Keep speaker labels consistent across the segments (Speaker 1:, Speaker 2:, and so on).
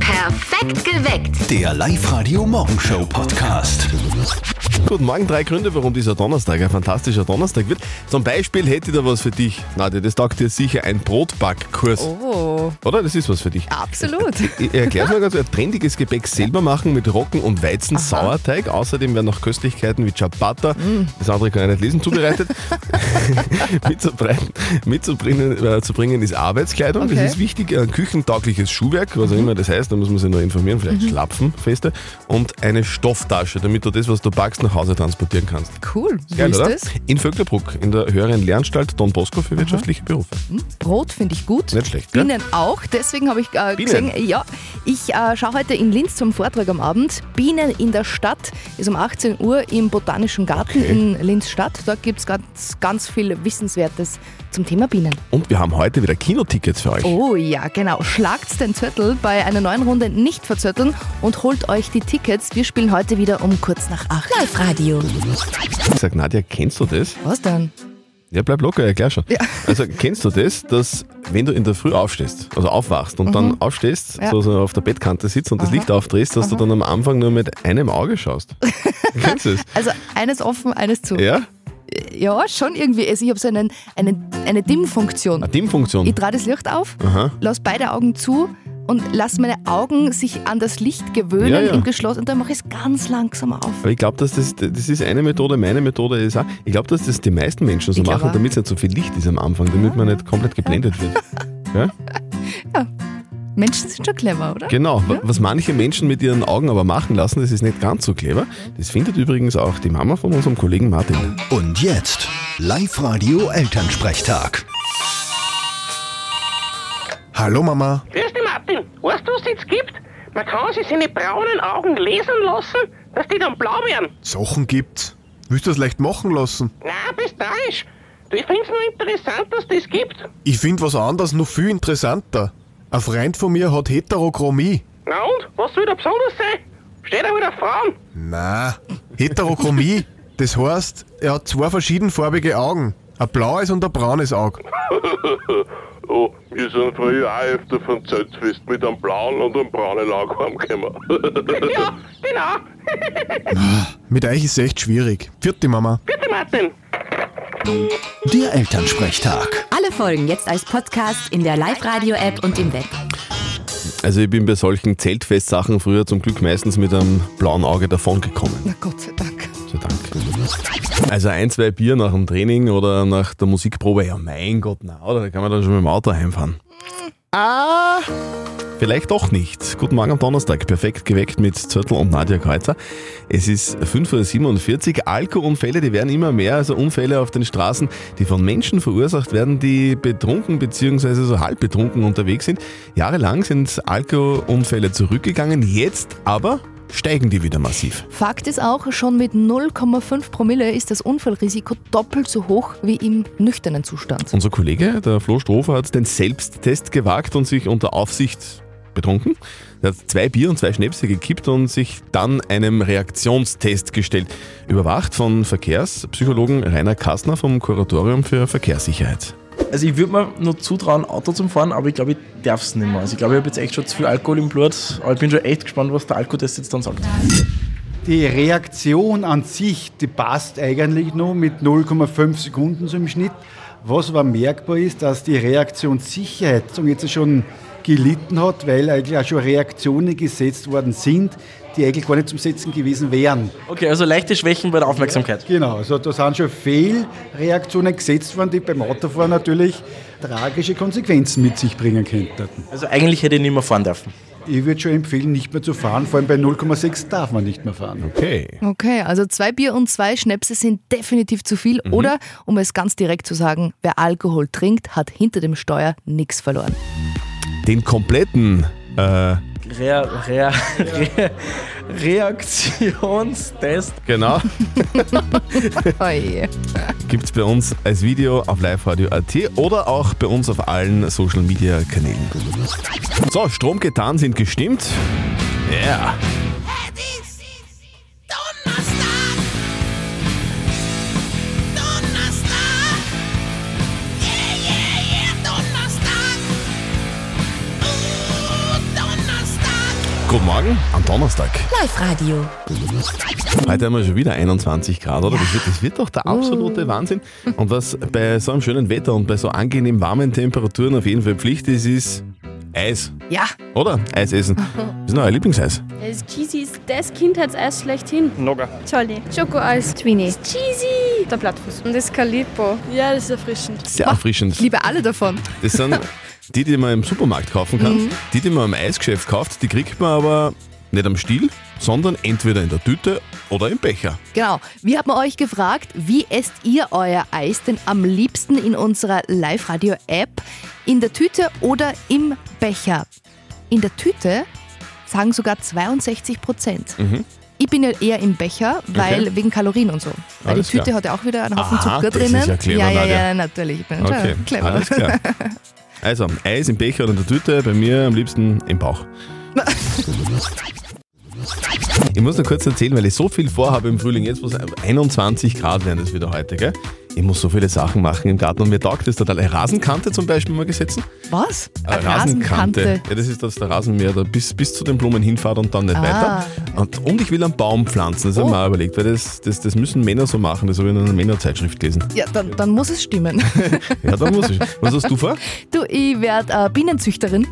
Speaker 1: Perfekt geweckt.
Speaker 2: Der Live-Radio-Morgenshow-Podcast.
Speaker 3: Guten Morgen, drei Gründe, warum dieser Donnerstag ein fantastischer Donnerstag wird. Zum Beispiel hätte ich da was für dich. Nadja, das taugt dir sicher ein Brotbackkurs.
Speaker 4: Oh, Ah.
Speaker 3: Oder? Das ist was für dich.
Speaker 4: absolut.
Speaker 3: Ich erklär's mal ganz, kurz. trendiges Gebäck selber machen mit Rocken und Weizen, Sauerteig. Außerdem werden noch Köstlichkeiten wie Ciabatta,
Speaker 4: Mm.
Speaker 3: das andere kann ich nicht lesen, zubereitet. mitzubringen mitzubringen äh, zu bringen ist Arbeitskleidung,
Speaker 4: Okay.
Speaker 3: das ist wichtig. Ein küchentaugliches Schuhwerk, was auch immer das heißt, da muss man sich noch informieren, vielleicht
Speaker 4: Mhm.
Speaker 3: Schlapfenfeste. Und eine Stofftasche, damit du das, was du backst, nach Hause transportieren kannst.
Speaker 4: Cool. Wo
Speaker 3: Geil,
Speaker 4: ist
Speaker 3: oder?
Speaker 4: das?
Speaker 3: In Vöcklerbruck, in der höheren Lehranstalt Don Bosco für wirtschaftliche Berufe.
Speaker 4: Hm. Brot finde ich gut.
Speaker 3: Nicht schlecht, gell?
Speaker 4: Bienen auch. Deswegen habe ich äh,
Speaker 3: Bienen?
Speaker 4: gesehen, ja, ich äh, schaue heute in Linz zum Vortrag am Abend. Bienen in der Stadt ist um 18 Uhr im Botanischen Garten
Speaker 3: Okay.
Speaker 4: in Linz-Stadt. Dort gibt es ganz, ganz viel Wissenswertes zum Thema Bienen.
Speaker 3: Und wir haben heute wieder Kinotickets für euch.
Speaker 4: Oh ja, genau. Schlagt's den Zettel bei einer neuen Runde nicht verzötteln und holt euch die Tickets. Wir spielen heute wieder um kurz nach acht.
Speaker 1: Live-Radio.
Speaker 3: Ich sag, Nadja, kennst du das?
Speaker 4: Was denn?
Speaker 3: Ja, bleib locker, erklär schon. Also kennst du das, dass wenn du in der Früh aufstehst, also aufwachst und dann aufstehst,
Speaker 4: Mhm. Ja.
Speaker 3: so, so auf der Bettkante sitzt und das Licht aufdrehst, dass du dann am Anfang nur mit einem Auge schaust? kennst du das?
Speaker 4: Also eines offen, eines zu.
Speaker 3: Ja?
Speaker 4: Ja, schon irgendwie. Also ich habe so einen, einen, eine Dimmfunktion.
Speaker 3: Eine Dimmfunktion.
Speaker 4: Ich drehe das Licht auf,
Speaker 3: Aha.
Speaker 4: lasse beide Augen zu und lasse meine Augen sich an das Licht gewöhnen
Speaker 3: Ja, ja.
Speaker 4: im Geschloss und dann mache ich es ganz langsam auf.
Speaker 3: Aber ich glaube, dass das, das ist eine Methode, meine Methode ist auch, ich glaube, dass das die meisten Menschen so
Speaker 4: Ich glaub
Speaker 3: machen,
Speaker 4: auch.
Speaker 3: damit es nicht so viel Licht ist am Anfang, damit man nicht komplett geblendet wird. Ja?
Speaker 4: Menschen sind schon clever, oder?
Speaker 3: Genau, wa- was manche Menschen mit ihren Augen aber machen lassen, das ist nicht ganz so clever. Das findet übrigens auch die Mama von unserem Kollegen Martin.
Speaker 2: Und jetzt Live-Radio Elternsprechtag.
Speaker 5: Hallo Mama.
Speaker 6: Grüß dich, Martin. Weißt du, was es jetzt gibt? Man kann sich seine braunen Augen lesen lassen, dass die dann blau werden.
Speaker 5: Sachen gibt's. Willst du das leicht machen lassen?
Speaker 6: Na, bist tragisch. Du, ich find's nur interessant, dass das gibt.
Speaker 5: Ich find was anderes noch viel interessanter. Ein Freund von mir hat Heterochromie.
Speaker 6: Na und? Was soll da besonders sein? Steht da wieder Frauen?
Speaker 5: Na, Heterochromie. das heißt, er hat zwei verschiedenfarbige Augen. Ein blaues und ein braunes Auge.
Speaker 7: Oh, wir sind früher auch öfter vom Zeltfest mit einem blauen und einem braunen Auge heimgekommen.
Speaker 6: ja, genau.
Speaker 5: Mit euch ist echt schwierig. Vierte Mama.
Speaker 6: Bitte, Martin.
Speaker 2: Der Elternsprechtag.
Speaker 1: Alle Folgen jetzt als Podcast in der Live-Radio-App und im Web.
Speaker 3: Also ich bin bei solchen Zeltfestsachen früher zum Glück meistens mit einem blauen Auge davongekommen.
Speaker 4: Na Gott sei Dank.
Speaker 3: Sei Dank. Also ein, zwei Bier nach dem Training oder nach der Musikprobe, ja mein Gott, na, oder? Da kann man dann schon mit dem Auto heimfahren. Ah! Vielleicht doch nicht. Guten Morgen am Donnerstag. Perfekt geweckt mit Zürtel und Nadja Kreuzer. Es ist 5.47 Uhr. Alkoholunfälle, die werden immer mehr. Also Unfälle auf den Straßen, die von Menschen verursacht werden, die betrunken bzw. so halb betrunken unterwegs sind. Jahrelang sind Alkoholunfälle zurückgegangen. Jetzt aber steigen die wieder massiv.
Speaker 4: Fakt ist auch, schon mit 0,5 Promille ist das Unfallrisiko doppelt so hoch wie im nüchternen Zustand.
Speaker 3: Unser Kollege, der Flo Strofer, hat den Selbsttest gewagt und sich unter Aufsicht betrunken. Er hat zwei Bier und zwei Schnäpse gekippt und sich dann einem Reaktionstest gestellt. Überwacht von Verkehrspsychologen Rainer Kastner vom Kuratorium für Verkehrssicherheit.
Speaker 8: Also ich würde mir noch zutrauen, Auto zu fahren, aber ich glaube, ich darf es nicht mehr. Also ich glaube, ich habe jetzt echt schon zu viel Alkohol im Blut. Aber ich bin schon echt gespannt, was der Alkoholtest jetzt dann sagt.
Speaker 9: Die Reaktion an sich, die passt eigentlich nur mit 0,5 Sekunden zum Schnitt. Was aber merkbar ist, dass die Reaktionssicherheit jetzt schon gelitten hat, weil eigentlich auch schon Reaktionen gesetzt worden sind, die eigentlich gar nicht zum Setzen gewesen wären.
Speaker 8: Okay, also leichte Schwächen bei der Aufmerksamkeit.
Speaker 9: Genau, also da sind schon Fehlreaktionen gesetzt worden, die beim Autofahren natürlich tragische Konsequenzen mit sich bringen könnten.
Speaker 8: Also eigentlich hätte ich nicht mehr fahren dürfen.
Speaker 9: Ich würde schon empfehlen, nicht mehr zu fahren, vor allem bei 0,6 darf man nicht mehr fahren.
Speaker 3: Okay.
Speaker 4: Okay, also zwei Bier und zwei Schnäpse sind definitiv zu viel. Oder, um es ganz direkt zu sagen, wer Alkohol trinkt, hat hinter dem Steuer nichts verloren.
Speaker 3: Den kompletten äh,
Speaker 8: Rea, Rea, Re, Reaktionstest.
Speaker 3: genau,
Speaker 4: Oje.
Speaker 3: gibt's bei uns als Video auf liveradio.at oder auch bei uns auf allen Social Media Kanälen. So, Strom getan sind gestimmt. Ja. Yeah. Guten Morgen am Donnerstag.
Speaker 1: Live-Radio.
Speaker 3: Heute haben wir schon wieder 21 Grad, oder? Das, wird, das wird doch der absolute Wahnsinn. Und was bei so einem schönen Wetter und bei so angenehm warmen Temperaturen auf jeden Fall Pflicht ist, ist Eis,
Speaker 4: Ja,
Speaker 3: oder? Eis essen. Das ist noch euer Lieblingseis.
Speaker 10: Das Cheesy ist das Kindheitseis schlechthin.
Speaker 8: Nogger.
Speaker 10: Jolly. Schokoeis. Twini. Das Cheesy. Der Blattfuß. Und das Calippo. Ja, das ist erfrischend.
Speaker 3: Sehr erfrischend.
Speaker 4: ich liebe alle davon.
Speaker 3: Das sind die, die man im Supermarkt kaufen kann. Die, die man im Eisgeschäft kauft, die kriegt man aber nicht am Stiel, sondern entweder in der Tüte oder im Becher.
Speaker 4: Genau. Wir haben euch gefragt, wie esst ihr euer Eis denn am liebsten in unserer Live-Radio-App? In der Tüte oder im Becher? In der Tüte sagen sogar 62 Prozent. Ich bin ja eher im Becher, weil
Speaker 3: Mhm. Okay.
Speaker 4: wegen Kalorien und so. Weil
Speaker 3: Alles
Speaker 4: die Tüte
Speaker 3: klar.
Speaker 4: hat ja auch wieder einen Haufen
Speaker 3: Aha,
Speaker 4: Zucker
Speaker 3: das ist
Speaker 4: drinnen.
Speaker 3: ja clever,
Speaker 4: ja,
Speaker 3: Nadja.
Speaker 4: ja, natürlich. Ich bin
Speaker 3: Okay,
Speaker 4: schon clever.
Speaker 3: alles klar. Also, Eis im Becher oder in der Tüte, bei mir am liebsten im Bauch. Ich muss noch kurz erzählen, weil ich so viel vorhabe im Frühling. Jetzt muss 21 Grad werden es wieder heute, gell? Ich muss so viele Sachen machen im Garten und mir taugt das total. Eine Rasenkante zum Beispiel mal gesetzt.
Speaker 4: Was?
Speaker 3: Eine Ja, das ist, dass der Rasenmäher da bis, bis zu den Blumen hinfährt und dann nicht weiter. Und, und ich will einen Baum pflanzen, das hab
Speaker 4: Ah. Oh.
Speaker 3: ich mir auch überlegt, weil das, das, das müssen Männer so machen. Das habe ich in einer Männerzeitschrift gelesen.
Speaker 4: Ja, dann, dann muss es stimmen.
Speaker 3: Ja, da muss ich. Was hast du vor?
Speaker 4: Du, ich werde äh, Bienenzüchterin.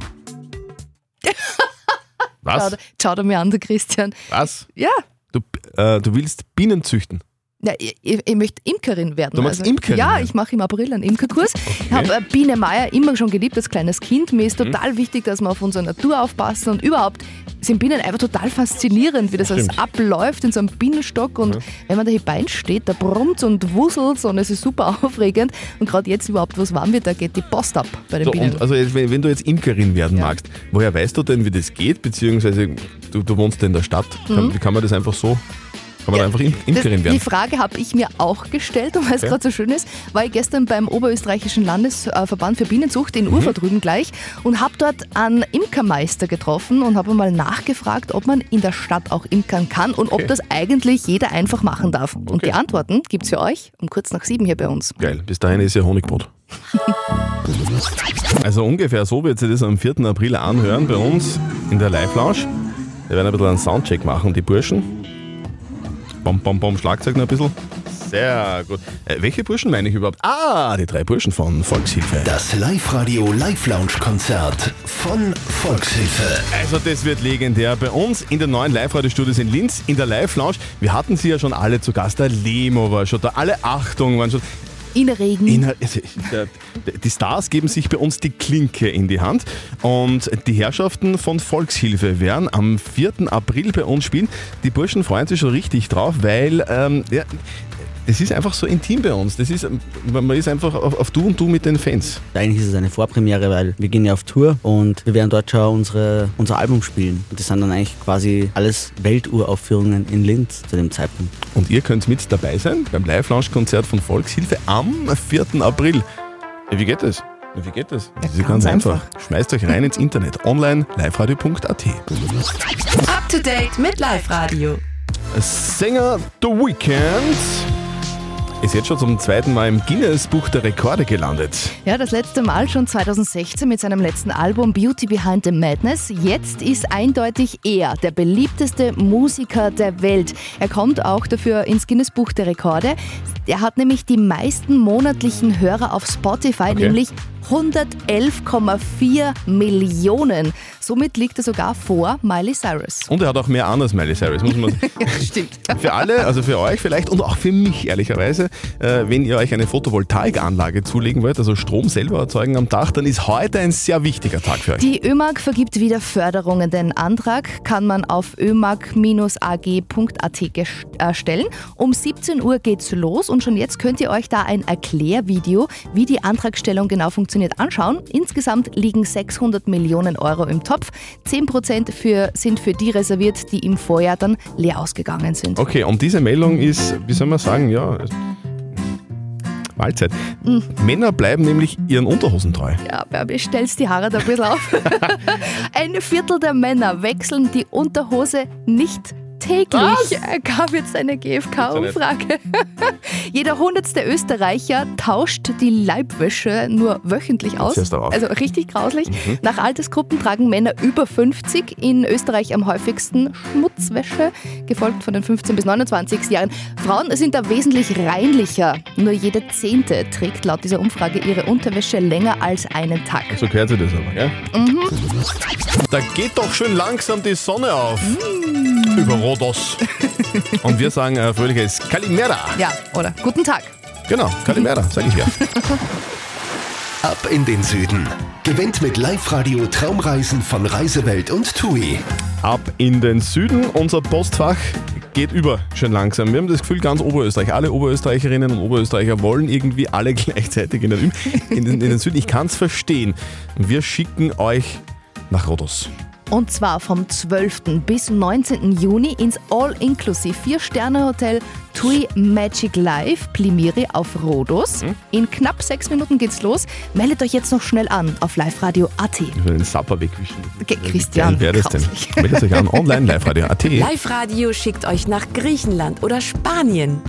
Speaker 3: Was?
Speaker 4: Schau, schau dir mir an, der Christian.
Speaker 3: Was?
Speaker 4: Ja,
Speaker 3: Du, äh, du willst Bienen züchten.
Speaker 4: Ja, ich, ich ich möchte Imkerin werden. Also,
Speaker 3: Du machst Imkerin
Speaker 4: Ja,
Speaker 3: werden?
Speaker 4: ich mache im April einen Imkerkurs. Ich habe äh, Biene Meier immer schon geliebt als kleines Kind. Mir
Speaker 3: Mhm.
Speaker 4: ist total wichtig, dass wir auf unsere Natur aufpassen und überhaupt sind Bienen einfach total faszinierend, wie das alles
Speaker 3: Stimmt.
Speaker 4: abläuft in so einem Bienenstock und wenn man da hineinsteht, da brummt und wuselt und es ist super aufregend und gerade jetzt überhaupt, wo es warm wird, da geht die Post ab bei den
Speaker 3: So,
Speaker 4: Bienen.
Speaker 3: und also jetzt, wenn, wenn du jetzt Imkerin werden
Speaker 4: Ja.
Speaker 3: magst, woher weißt du denn, wie das geht? Beziehungsweise du, du wohnst ja in der Stadt. Kann, wie kann man das einfach so? Kann man da einfach Im-
Speaker 4: Mhm. Das,
Speaker 3: Imkerin
Speaker 4: die
Speaker 3: werden?
Speaker 4: Frage habe ich mir auch gestellt, und weil es
Speaker 3: Okay.
Speaker 4: gerade so schön ist, war ich gestern beim Oberösterreichischen Landesverband für Bienenzucht in
Speaker 3: Mhm.
Speaker 4: Ufer drüben gleich und habe dort einen Imkermeister getroffen und habe mal nachgefragt, ob man in der Stadt auch imkern kann und ob das eigentlich jeder einfach machen darf. Und die Antworten gibt es für euch um kurz nach sieben hier bei uns.
Speaker 3: Geil. Bis dahin ist ja Honigbrot. also ungefähr so wird sich das am 4. April anhören bei uns in der Live-Lounge. Wir werden ein bisschen einen Soundcheck machen, die Burschen. Bom, bom, bom, Schlagzeug noch ein bisschen. Sehr gut. Äh, welche Burschen meine ich überhaupt? Ah, die drei Burschen von Volkshilfe.
Speaker 2: Das Live-Radio Live Lounge Konzert von Volkshilfe.
Speaker 3: Also das wird legendär bei uns in der neuen Live-Radio-Studios in Linz, in der Live-Lounge. Wir hatten sie ja schon alle zu Gast. Der Lemo war schon da, alle Achtung waren schon.
Speaker 4: In Regen.
Speaker 3: Inhalt, also, der, die Stars geben sich bei uns die Klinke in die Hand. Und die Herrschaften von Volkshilfe werden am 4. April bei uns spielen. Die Burschen freuen sich schon richtig drauf, weil ähm, ja, das ist einfach so intim bei uns. Das ist, man man ist einfach auf, auf Du und Du mit den Fans.
Speaker 11: Eigentlich ist es eine Vorpremiere, weil wir gehen ja auf Tour und wir werden dort schon unsere, unser Album spielen. Und das sind dann eigentlich quasi alles Welturaufführungen in Linz zu dem Zeitpunkt.
Speaker 3: Und ihr könnt mit dabei sein beim Live-Lounge-Konzert von Volkshilfe am 4. April. Ja, Wie geht das? Ja, Wie geht das? das ist ja ganz,
Speaker 4: ganz
Speaker 3: einfach. Schmeißt euch rein ins Internet. Online liveradio.at.
Speaker 1: Up to date mit Live-Radio.
Speaker 3: Sänger The Weeknd ist jetzt schon zum zweiten Mal im Guinness-Buch der Rekorde gelandet.
Speaker 4: Ja, das letzte Mal schon 2016 mit seinem letzten Album Beauty Behind the Madness. Jetzt ist eindeutig er der beliebteste Musiker der Welt. Er kommt auch dafür ins Guinness Buch der Rekorde. Er hat nämlich die meisten monatlichen Hörer auf Spotify, nämlich 111,4 Millionen. Somit liegt er sogar vor Miley Cyrus.
Speaker 3: Und er hat auch mehr an als Miley Cyrus, muss man sagen.
Speaker 4: Stimmt.
Speaker 3: Für alle, also für euch vielleicht und auch für mich ehrlicherweise, äh, wenn ihr euch eine Photovoltaikanlage zulegen wollt, also Strom selber erzeugen am Dach, dann ist heute ein sehr wichtiger Tag für euch.
Speaker 4: Die ÖMAG vergibt wieder Förderungen. Den Antrag kann man auf ömag-ag.at gest- äh, stellen. Um 17 Uhr geht's los und schon jetzt könnt ihr euch da ein Erklärvideo, wie die Antragstellung genau funktioniert, anschauen. Insgesamt liegen 600 Millionen Euro im Topf. 10% für, sind für die reserviert, die im Vorjahr dann leer ausgegangen sind.
Speaker 3: Okay, und diese Meldung ist, wie soll man sagen, ja. Mahlzeit.
Speaker 4: Mhm.
Speaker 3: Männer bleiben nämlich ihren Unterhosen treu.
Speaker 4: Ja, Bärbi, stellst die Haare da ein bisschen auf. ein Viertel der Männer wechseln die Unterhose nicht täglich äh, gab jetzt eine GfK-Umfrage. Jeder hundertste Österreicher tauscht die Leibwäsche nur wöchentlich aus.
Speaker 3: hörst du auf.
Speaker 4: Also richtig grauslich.
Speaker 3: Mhm.
Speaker 4: Nach Altersgruppen tragen Männer über 50 in Österreich am häufigsten Schmutzwäsche, gefolgt von den 15 bis 29 Jahren. Frauen sind da wesentlich reinlicher. Nur jede Zehnte trägt laut dieser Umfrage ihre Unterwäsche länger als einen Tag.
Speaker 3: So gehört sich das aber, gell?
Speaker 4: Mhm.
Speaker 3: Da geht doch schön langsam die Sonne auf. Über Rhodos. Und wir sagen äh, fröhliches Kalimera.
Speaker 4: Ja, oder? Guten Tag.
Speaker 3: Genau, Kalimera, sag ich ja.
Speaker 2: Ab in den Süden. Gewinnt mit Live-Radio Traumreisen von Reisewelt und TUI.
Speaker 3: Ab in den Süden. Unser Postfach geht über, schön langsam. Wir haben das Gefühl, ganz Oberösterreich, alle Oberösterreicherinnen und Oberösterreicher wollen irgendwie alle gleichzeitig in den, in den, in den Süden. Ich kann es verstehen. Wir schicken euch nach Rhodos.
Speaker 4: Und zwar vom 12. bis 19. Juni ins All-Inclusive 4-Sterne-Hotel Tui Magic Life Plimiri auf Rhodos. In knapp sechs Minuten geht's los. Meldet euch jetzt noch schnell an auf liveradio.at.
Speaker 3: Ich will den Sapper wegwischen.
Speaker 4: Ge- Christian,
Speaker 3: Wie geil Wäre das denn?
Speaker 4: grauslich.
Speaker 3: Meldet euch an online live radio AT.
Speaker 1: Live-Radio schickt euch nach Griechenland oder Spanien.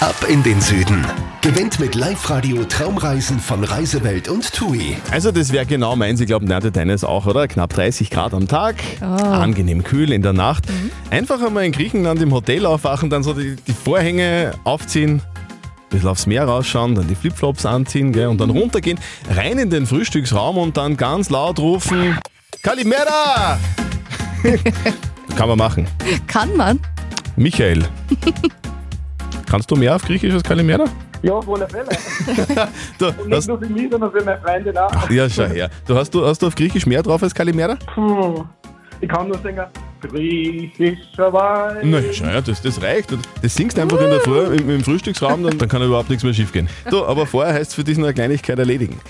Speaker 2: Ab in den Süden. Gewinnt mit Live-Radio Traumreisen von Reisewelt und TUI.
Speaker 3: Also das wäre genau meins, ich glaube, Nerde Dennis auch, oder? Knapp 30 Grad am Tag,
Speaker 12: Oh.
Speaker 3: angenehm kühl in der Nacht.
Speaker 12: Mhm.
Speaker 3: Einfach einmal in Griechenland im Hotel aufwachen, dann so die, die Vorhänge aufziehen, ein bisschen aufs Meer rausschauen, dann die Flipflops anziehen gell, und
Speaker 12: Mhm.
Speaker 3: dann runtergehen, rein in den Frühstücksraum und dann ganz laut rufen, Kalimera! Kann man machen.
Speaker 4: Kann man?
Speaker 3: Michael, kannst du mehr auf Griechisch als Kalimera?
Speaker 12: Ja, auf alle Fälle.
Speaker 3: Du,
Speaker 12: Und
Speaker 3: hast,
Speaker 12: nicht nur für mich, sondern für meine Freundin auch.
Speaker 3: ja, schau her. Du hast, du, hast du auf Griechisch mehr drauf als Kalimera?
Speaker 12: Puh. Ich kann nur singen, griechischer Wein.
Speaker 3: Na ja, schau, ja, das, das reicht. Das singst einfach in der Früh im, im Frühstücksraum, dann, dann kann überhaupt nichts mehr schiefgehen. So, aber vorher heißt es für dich noch eine Kleinigkeit erledigen.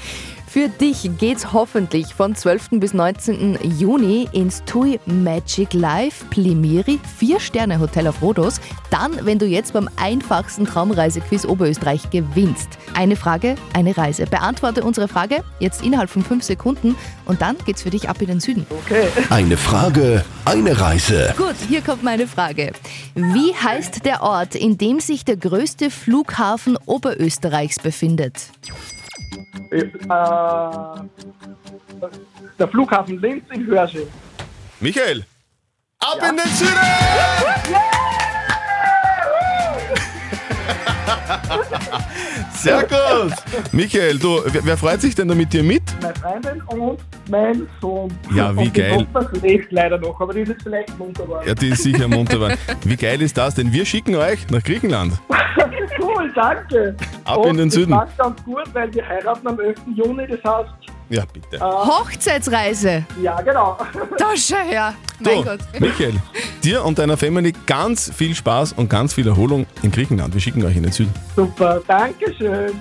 Speaker 4: Für dich geht's hoffentlich von 12. bis 19. Juni ins TUI Magic Life Plimiri 4-Sterne-Hotel auf Rhodos. Dann, wenn du jetzt beim einfachsten Traumreisequiz Oberösterreich gewinnst. Eine Frage, eine Reise. Beantworte unsere Frage jetzt innerhalb von 5 Sekunden und dann geht's für dich ab in den Süden. Okay.
Speaker 2: Eine Frage, eine Reise.
Speaker 4: Gut, hier kommt meine Frage. Wie heißt der Ort, in dem sich der größte Flughafen Oberösterreichs befindet?
Speaker 12: Äh, der Flughafen Linz in Hörsching.
Speaker 3: Michael, Ab in den Süden! sehr gut! Michael, du, wer, wer freut sich denn da mit dir mit?
Speaker 12: Meine Freundin und mein Sohn.
Speaker 3: Ja, wie
Speaker 12: und
Speaker 3: geil.
Speaker 12: Die Tochter lebt leider noch, aber die ist jetzt vielleicht munter geworden.
Speaker 3: Ja, die ist sicher munter. waren. Wie geil ist das denn? Wir schicken euch nach Griechenland.
Speaker 12: cool, danke.
Speaker 3: Ab
Speaker 12: und
Speaker 3: in den Süden.
Speaker 12: Das passt ganz gut, weil wir heiraten am 11. Juni, das heißt...
Speaker 3: Ja, bitte.
Speaker 12: Äh,
Speaker 4: Oh Hochzeitsreise.
Speaker 12: Ja, genau.
Speaker 4: Da schau her.
Speaker 3: Du, Michael, dir und deiner Family ganz viel Spaß und ganz viel Erholung in Griechenland. Wir schicken euch in den Süden.
Speaker 12: Super, danke schön.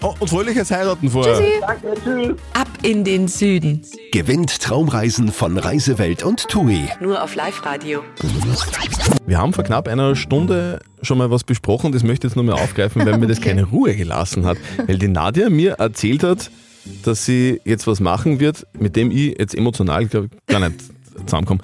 Speaker 3: Oh, und fröhliches Heiraten vorher.
Speaker 12: Danke, tschüss.
Speaker 1: Ab in den Süden.
Speaker 2: Gewinnt Traumreisen von Reisewelt und TUI.
Speaker 1: Nur auf Live-Radio.
Speaker 3: Wir haben vor knapp einer Stunde schon mal was besprochen, das möchte ich jetzt nur mal aufgreifen, weil mir das keine Ruhe gelassen hat. Weil die Nadia mir erzählt hat, dass sie jetzt was machen wird, mit dem ich jetzt emotional glaub, ich, gar nicht zusammenkomme.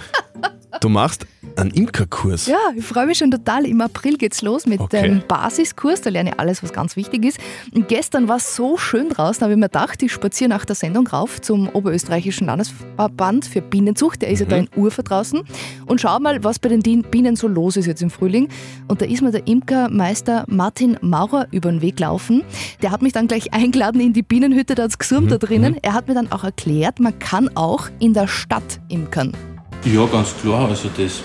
Speaker 3: Du machst einen Imkerkurs.
Speaker 4: Ja, ich freue mich schon total. Im April geht's los mit
Speaker 3: Okay.
Speaker 4: dem Basiskurs. Da lerne ich alles, was ganz wichtig ist. Und gestern war es so schön draußen, da habe ich mir gedacht, ich spaziere nach der Sendung rauf zum Oberösterreichischen Landesverband für Bienenzucht. Der ist
Speaker 1: Mhm.
Speaker 4: ja da in Urfer draußen. Und schau mal, was bei den Dien- Bienen so los ist jetzt im Frühling. Und da ist mir der Imkermeister Martin Maurer über den Weg gelaufen. Der hat mich dann gleich eingeladen in die Bienenhütte, da hat's gesummt da drinnen. Er hat mir dann auch erklärt, man kann auch in der Stadt imkern.
Speaker 13: Ja, ganz klar. Also das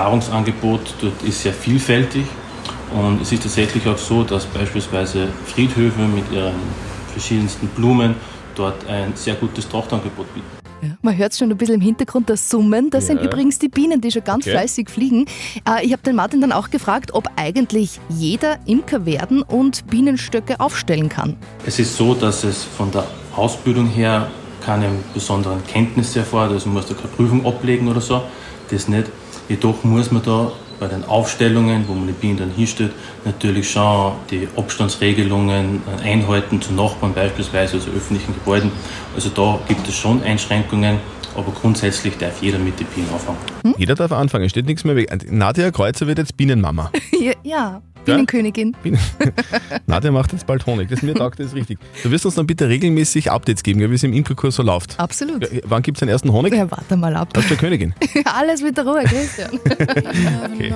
Speaker 13: Nahrungsangebot dort ist sehr vielfältig und es ist tatsächlich auch so, dass beispielsweise Friedhöfe mit ihren verschiedensten Blumen dort ein sehr gutes Trachtangebot bieten.
Speaker 4: Man hört schon ein bisschen im Hintergrund das Summen. Das sind
Speaker 13: Ja.
Speaker 4: übrigens die Bienen, die schon ganz
Speaker 13: Okay.
Speaker 4: fleißig fliegen. Äh, ich habe den Martin dann auch gefragt, ob eigentlich jeder Imker werden und Bienenstöcke aufstellen kann.
Speaker 13: Es ist so, dass es von der Ausbildung her keine besonderen Kenntnisse erfordert, also man muss da keine Prüfung ablegen oder so, das nicht. Jedoch muss man da bei den Aufstellungen, wo man die Bienen dann hinstellt, natürlich schon die Abstandsregelungen einhalten zu Nachbarn beispielsweise, also öffentlichen Gebäuden. Also da gibt es schon Einschränkungen, aber grundsätzlich darf jeder mit den Bienen anfangen.
Speaker 3: Jeder darf anfangen, es steht nichts mehr weg. Nadja Kreuzer wird jetzt Bienenmama.
Speaker 4: Ja, ja, Bienenkönigin.
Speaker 3: Nadja macht jetzt bald Honig. Das mir taugt das richtig. Du wirst uns dann bitte regelmäßig Updates geben, gell, wie es im Imkerkurs so läuft.
Speaker 4: Absolut.
Speaker 3: W- Wann gibt es den ersten Honig?
Speaker 4: Ja, warte mal ab.
Speaker 3: Das ist der Königin.
Speaker 4: Alles mit der Ruhe, Christian.
Speaker 3: Okay.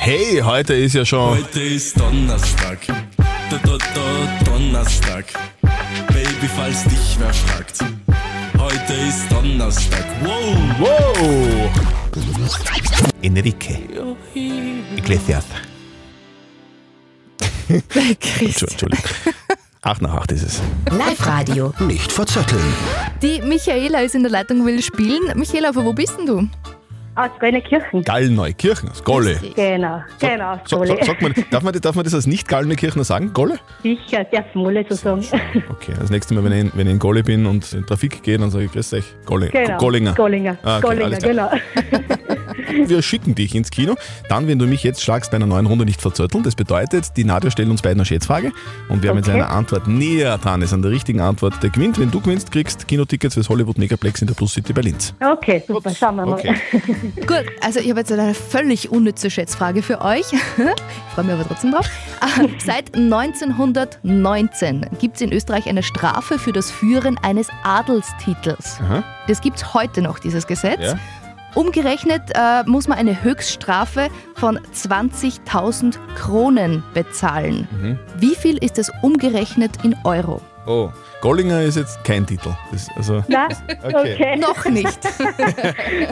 Speaker 3: Hey, heute ist ja schon.
Speaker 14: Heute ist Donnerstag. Do, do, do, Donnerstag. Baby, falls dich wer fragt. Heute ist Donnerstag. Wow.
Speaker 3: Wow. Enrique Iglesias. Entschuldigung. Entschuldigung. Acht nach acht ist es.
Speaker 1: Live-Radio.
Speaker 2: Nicht verzetteln.
Speaker 4: Die Michaela ist in der Leitung, will spielen. Michaela, von wo bist denn du?
Speaker 15: Aus Gallneukirchen.
Speaker 3: Gallneukirchen, das Golle.
Speaker 15: Genau, genau,
Speaker 3: So, so,
Speaker 15: Smolle.
Speaker 3: sagt man, darf, man, darf man das als nicht Gallneukirchner sagen? Golle?
Speaker 15: Sicher, der Smolle zu sagen.
Speaker 3: Okay, das nächste Mal, wenn ich, in- wenn ich in Golle bin und in Trafik gehe, dann sage ich, grüß euch, Golle,
Speaker 15: Genau,
Speaker 3: Gollinger.
Speaker 15: Gollinger,
Speaker 3: Ah, okay,
Speaker 15: Gollinger,
Speaker 3: alles klar.
Speaker 15: genau.
Speaker 3: Wir schicken dich ins Kino. Dann, wenn du mich jetzt schlagst bei einer neuen Runde nicht verzötteln, das bedeutet, die Nadja stellt uns beiden eine Schätzfrage und wer mit
Speaker 15: Okay.
Speaker 3: seiner Antwort näher dran ist an der richtigen Antwort, der gewinnt. Wenn du gewinnst, kriegst Kinotickets fürs Hollywood Megaplex in der Plus City bei Linz.
Speaker 15: Okay, super, schauen wir mal.
Speaker 3: Okay.
Speaker 4: Gut, also ich habe jetzt eine völlig unnütze Schätzfrage für euch. Ich freue mich aber trotzdem drauf. Ah, Seit 1919 gibt es in Österreich eine Strafe für das Führen eines Adelstitels.
Speaker 16: Aha.
Speaker 4: Das gibt es heute noch, dieses Gesetz.
Speaker 16: Ja.
Speaker 4: Umgerechnet äh, muss man eine Höchststrafe von 20.000 Kronen bezahlen.
Speaker 3: Mhm.
Speaker 4: Wie viel ist das umgerechnet in Euro?
Speaker 3: Oh, Gollinger ist jetzt kein Titel. Das, also, Okay.
Speaker 4: Noch nicht.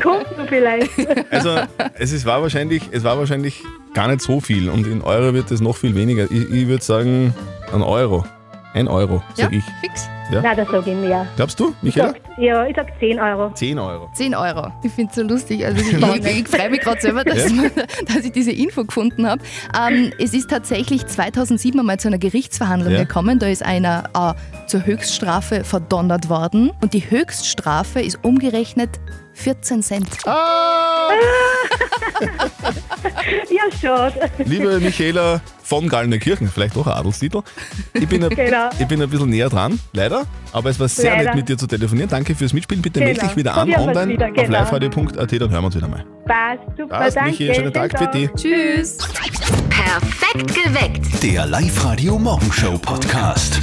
Speaker 15: Kommt du vielleicht.
Speaker 3: Also es, ist, war wahrscheinlich, es war wahrscheinlich gar nicht so viel und in Euro wird es noch viel weniger. Ich, ich würde sagen, ein Euro. Ein Euro, sag ich.
Speaker 4: fix.
Speaker 3: Ja.
Speaker 15: Nein, das sage ich mir.
Speaker 3: Glaubst du,
Speaker 15: Ich
Speaker 3: Michaela?
Speaker 15: sag, ja, ich sag 10 Euro.
Speaker 3: 10 Euro.
Speaker 4: 10 Euro. Ich finde es so lustig. Also ich, ich, ich freue mich gerade selber, dass,
Speaker 3: Ja.
Speaker 4: man- dass ich diese Info gefunden habe. Ähm, es ist tatsächlich 2007 einmal zu einer Gerichtsverhandlung
Speaker 16: Ja.
Speaker 4: gekommen. Da ist einer äh, zur Höchststrafe verdonnert worden. Und die Höchststrafe ist umgerechnet 14 Cent.
Speaker 3: Ah!
Speaker 15: Ja, schade.
Speaker 3: Liebe Michaela von Gallnerkirchen, vielleicht auch ein Adelstitel. Ich bin, ein,
Speaker 15: Genau.
Speaker 3: ich bin ein bisschen näher dran, leider. Aber es war sehr
Speaker 15: Leider.
Speaker 3: nett, mit dir zu telefonieren. Danke fürs Mitspielen. Bitte melde
Speaker 15: Genau.
Speaker 3: dich wieder an
Speaker 15: Probieren wir's
Speaker 3: online
Speaker 15: wieder,
Speaker 3: auf
Speaker 15: genau.
Speaker 3: liveradio.at, dann hören wir uns wieder mal.
Speaker 15: Passt, super,
Speaker 3: Passt,
Speaker 15: danke.
Speaker 3: Michi, schönen Tag, bitte.
Speaker 4: Tschüss.
Speaker 1: Perfekt geweckt.
Speaker 2: Der Live-Radio Morgenshow Podcast.